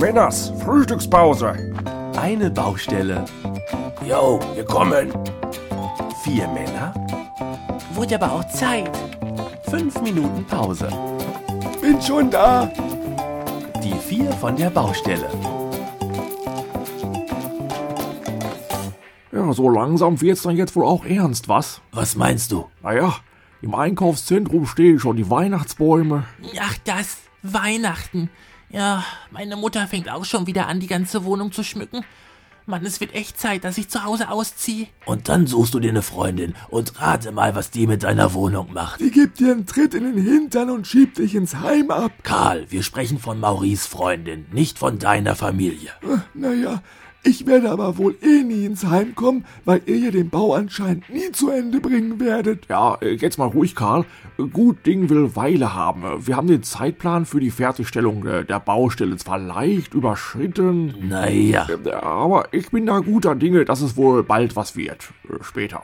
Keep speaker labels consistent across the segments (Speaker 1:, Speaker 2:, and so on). Speaker 1: Renners, Frühstückspause.
Speaker 2: Eine Baustelle.
Speaker 1: Jo, wir kommen.
Speaker 2: Vier Männer. Wurde aber auch Zeit. Fünf Minuten Pause.
Speaker 1: Bin schon da.
Speaker 2: Die vier von der Baustelle.
Speaker 3: Ja, so langsam wird's dann jetzt wohl auch ernst, was?
Speaker 2: Was meinst du?
Speaker 3: Naja, im Einkaufszentrum stehen schon die Weihnachtsbäume.
Speaker 4: Ach, das. Weihnachten. Ja, meine Mutter fängt auch schon wieder an, die ganze Wohnung zu schmücken. Mann, es wird echt Zeit, dass ich zu Hause ausziehe.
Speaker 2: Und dann suchst du dir eine Freundin und rate mal, was die mit deiner Wohnung macht.
Speaker 3: Die gibt dir einen Tritt in den Hintern und schiebt dich ins Heim ab.
Speaker 2: Karl, wir sprechen von Maurice Freundin, nicht von deiner Familie.
Speaker 3: Äh, Naja, ich werde aber wohl eh nie ins Heim kommen, weil ihr hier den Bau anscheinend nie zu Ende bringen werdet. Ja, äh, jetzt mal ruhig, Karl. Äh, Gut Ding will Weile haben. Äh, Wir haben den Zeitplan für die Fertigstellung äh, der Baustelle zwar leicht überschritten,
Speaker 2: Naja,
Speaker 3: äh, aber ich bin da guter Dinge, dass es wohl bald was wird. Äh, Später.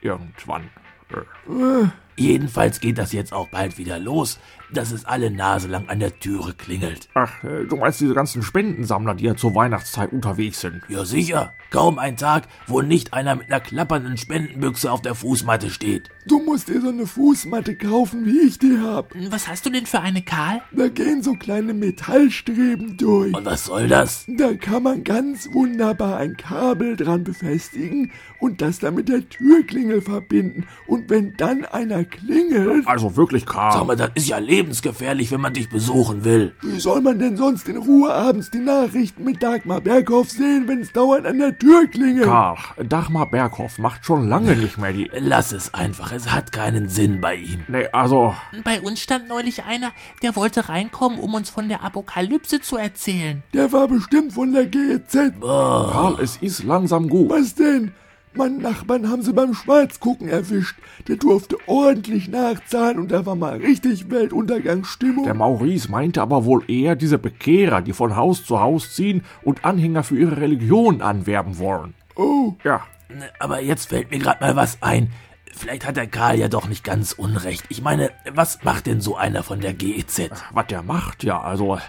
Speaker 3: Irgendwann. Äh,
Speaker 2: jedenfalls geht das jetzt auch bald wieder los, dass es alle Nase lang an der Türe klingelt.
Speaker 3: Ach, äh, du meinst diese ganzen Spendensammler, die ja zur Weihnachtszeit unterwegs sind.
Speaker 2: Ja, sicher. Kaum ein Tag, wo nicht einer mit einer klappernden Spendenbüchse auf der Fußmatte steht.
Speaker 3: Du musst dir so eine Fußmatte kaufen, wie ich die hab.
Speaker 4: Was hast du denn für eine, Karl?
Speaker 3: Da gehen so kleine Metallstreben durch.
Speaker 2: Und was soll das?
Speaker 3: Da kann man ganz wunderbar ein Kabel dran befestigen und das dann mit der Türklingel verbinden. Und wenn dann einer klingelt. Also wirklich,
Speaker 2: Sag
Speaker 3: Karl.
Speaker 2: mal, das ist ja lebensgefährlich, wenn man dich besuchen will.
Speaker 3: Wie soll man denn sonst in Ruhe abends die Nachrichten mit Dagmar Berghoff sehen, wenn es dauernd an der Tür klingelt? Karl, Dagmar Berghoff macht schon lange nicht mehr die.
Speaker 2: Lass es einfach, es hat keinen Sinn bei ihm.
Speaker 3: Nee, also.
Speaker 4: Bei uns stand neulich einer, der wollte reinkommen, um uns von der Apokalypse zu erzählen.
Speaker 3: Der war bestimmt von der GEZ. Karl, es ist langsam gut. Was denn? Mein Nachbarn haben sie beim Schwarzgucken erwischt. Der durfte ordentlich nachzahlen und da war mal richtig Weltuntergangsstimmung. Der Maurice meinte aber wohl eher diese Bekehrer, die von Haus zu Haus ziehen und Anhänger für ihre Religion anwerben wollen. Oh. Ja.
Speaker 2: Ne, Aber jetzt fällt mir gerade mal was ein. Vielleicht hat der Karl ja doch nicht ganz unrecht. Ich meine, was macht denn so einer von der E GEZ?
Speaker 3: Was der macht, ja, also, äh,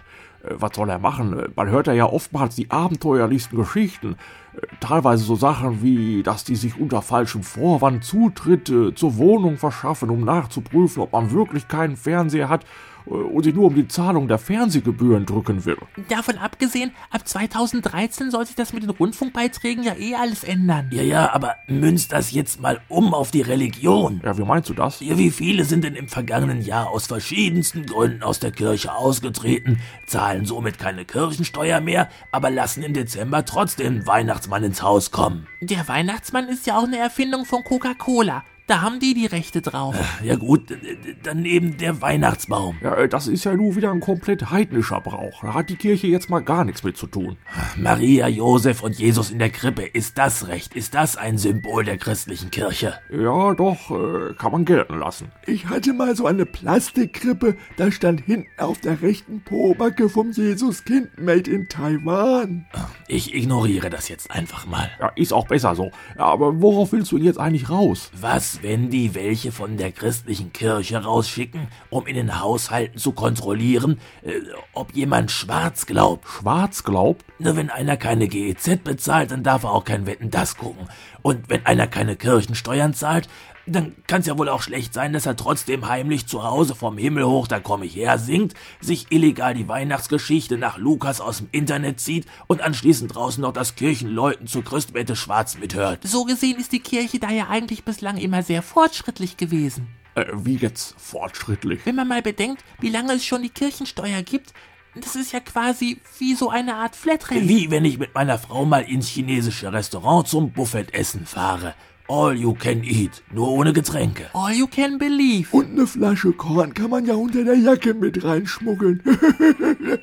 Speaker 3: was soll er machen? Äh, Man hört ja ja oftmals die abenteuerlichsten Geschichten. Äh, Teilweise so Sachen wie, dass die sich unter falschem Vorwand Zutritt äh, zur Wohnung verschaffen, um nachzuprüfen, ob man wirklich keinen Fernseher hat äh, und sich nur um die Zahlung der Fernsehgebühren drücken will.
Speaker 4: Davon abgesehen, ab 2013 soll sich das mit den Rundfunkbeiträgen ja eh alles ändern.
Speaker 2: Ja, ja, aber münzt das jetzt mal um auf die Religion.
Speaker 3: Ja, wie meinst du das?
Speaker 2: Ja, Wie viele sind denn im vergangenen Jahr aus verschiedensten Gründen aus der Kirche ausgetreten, zahlen somit keine Kirchensteuer mehr, aber lassen im Dezember trotzdem den Weihnachtsmann ins Haus kommen?
Speaker 4: Der Weihnachtsmann ist ja auch eine Erfindung von Coca-Cola. Da haben die die Rechte drauf.
Speaker 2: Ja gut, daneben der Weihnachtsbaum.
Speaker 3: Ja, äh, das ist ja nun wieder ein komplett heidnischer Brauch. Da hat die Kirche jetzt mal gar nichts mit zu tun.
Speaker 2: Maria, Josef und Jesus in der Krippe, ist das recht? Ist das ein Symbol der christlichen Kirche?
Speaker 3: Ja, doch, äh, kann man gelten lassen. Ich hatte mal so eine Plastikkrippe, da stand hinten auf der rechten Pobacke vom Jesuskind made in Taiwan.
Speaker 2: Ich ignoriere das jetzt einfach mal.
Speaker 3: Ja, ist auch besser so. Ja, aber worauf willst du denn jetzt eigentlich raus?
Speaker 2: Was, wenn die welche von der christlichen Kirche rausschicken, um in den Haushalten zu kontrollieren, äh, ob jemand schwarz glaubt?
Speaker 3: Schwarz glaubt?
Speaker 2: Nur wenn einer keine GEZ bezahlt, dann darf er auch kein Wetten das gucken. Und wenn einer keine Kirchensteuern zahlt, dann kann es ja wohl auch schlecht sein, dass er trotzdem heimlich zu Hause vom Himmel hoch, da komme ich her, singt, sich illegal die Weihnachtsgeschichte nach Lukas aus dem Internet zieht und anschließend draußen noch das Kirchenläuten zur Christwette schwarz mithört.
Speaker 4: So gesehen ist die Kirche da ja eigentlich bislang immer sehr fortschrittlich gewesen.
Speaker 3: Äh, wie jetzt fortschrittlich?
Speaker 4: Wenn man mal bedenkt, wie lange es schon die Kirchensteuer gibt, das ist ja quasi wie so eine Art Flatrate.
Speaker 2: Wie wenn ich mit meiner Frau mal ins chinesische Restaurant zum Buffettessen fahre. All you can eat, nur ohne Getränke.
Speaker 4: All you can believe.
Speaker 3: Und eine Flasche Korn kann man ja unter der Jacke mit reinschmuggeln.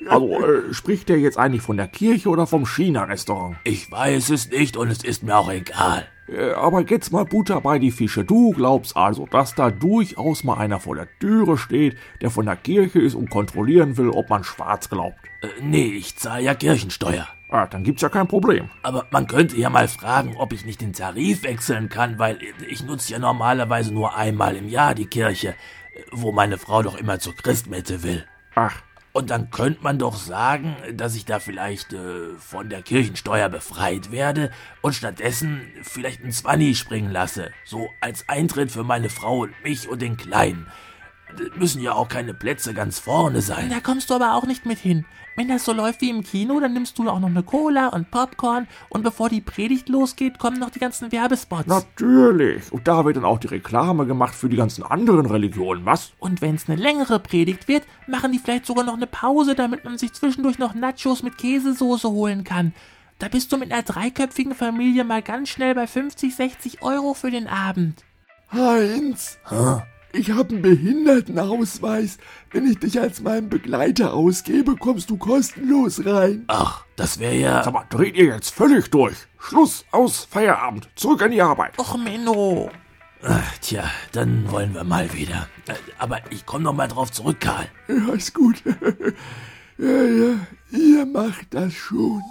Speaker 3: also, äh, spricht der jetzt eigentlich von der Kirche oder vom China-Restaurant?
Speaker 2: Ich weiß es nicht und es ist mir auch egal.
Speaker 3: Äh, aber jetzt mal Butter bei die Fische. Du glaubst also, dass da durchaus mal einer vor der Türe steht, der von der Kirche ist und kontrollieren will, ob man schwarz glaubt.
Speaker 2: Äh, nee, ich zahle ja Kirchensteuer.
Speaker 3: Ah, dann gibt's ja kein Problem.
Speaker 2: Aber man könnte ja mal fragen, ob ich nicht den Tarif wechseln kann, weil ich nutze ja normalerweise äh, nur einmal im Jahr die Kirche, wo meine Frau doch immer zur Christmette will.
Speaker 3: Ach,
Speaker 2: Und dann könnte man doch sagen, dass ich da vielleicht äh, von der Kirchensteuer befreit werde und stattdessen vielleicht einen Zwanni springen lasse. So als Eintritt für meine Frau und mich und den Kleinen. D- Müssen ja auch keine Plätze ganz vorne sein.
Speaker 4: Da kommst du aber auch nicht mit hin. Wenn das so läuft wie im Kino, dann nimmst du auch noch eine Cola und Popcorn und bevor die Predigt losgeht, kommen noch die ganzen Werbespots.
Speaker 3: Natürlich. Und da wird dann auch die Reklame gemacht für die ganzen anderen Religionen, was?
Speaker 4: Und wenn es eine längere Predigt wird, machen die vielleicht sogar noch eine Pause, damit man sich zwischendurch noch Nachos mit Käsesoße holen kann. Da bist du mit einer dreiköpfigen Familie mal ganz schnell bei 50, 60 Euro für den Abend.
Speaker 3: Heinz, ich habe einen Behindertenausweis. Wenn ich dich als meinen Begleiter ausgebe, kommst du kostenlos rein.
Speaker 2: Ach, das wäre ja.
Speaker 3: Aber dreht ihr jetzt völlig durch. Schluss, aus, Feierabend, zurück an die Arbeit.
Speaker 4: Och Menno.
Speaker 2: Ach, tja, dann wollen wir mal wieder. Äh, Aber ich komme noch mal drauf zurück, Karl.
Speaker 3: Ja, ist gut. ja, ja, ihr macht das schon.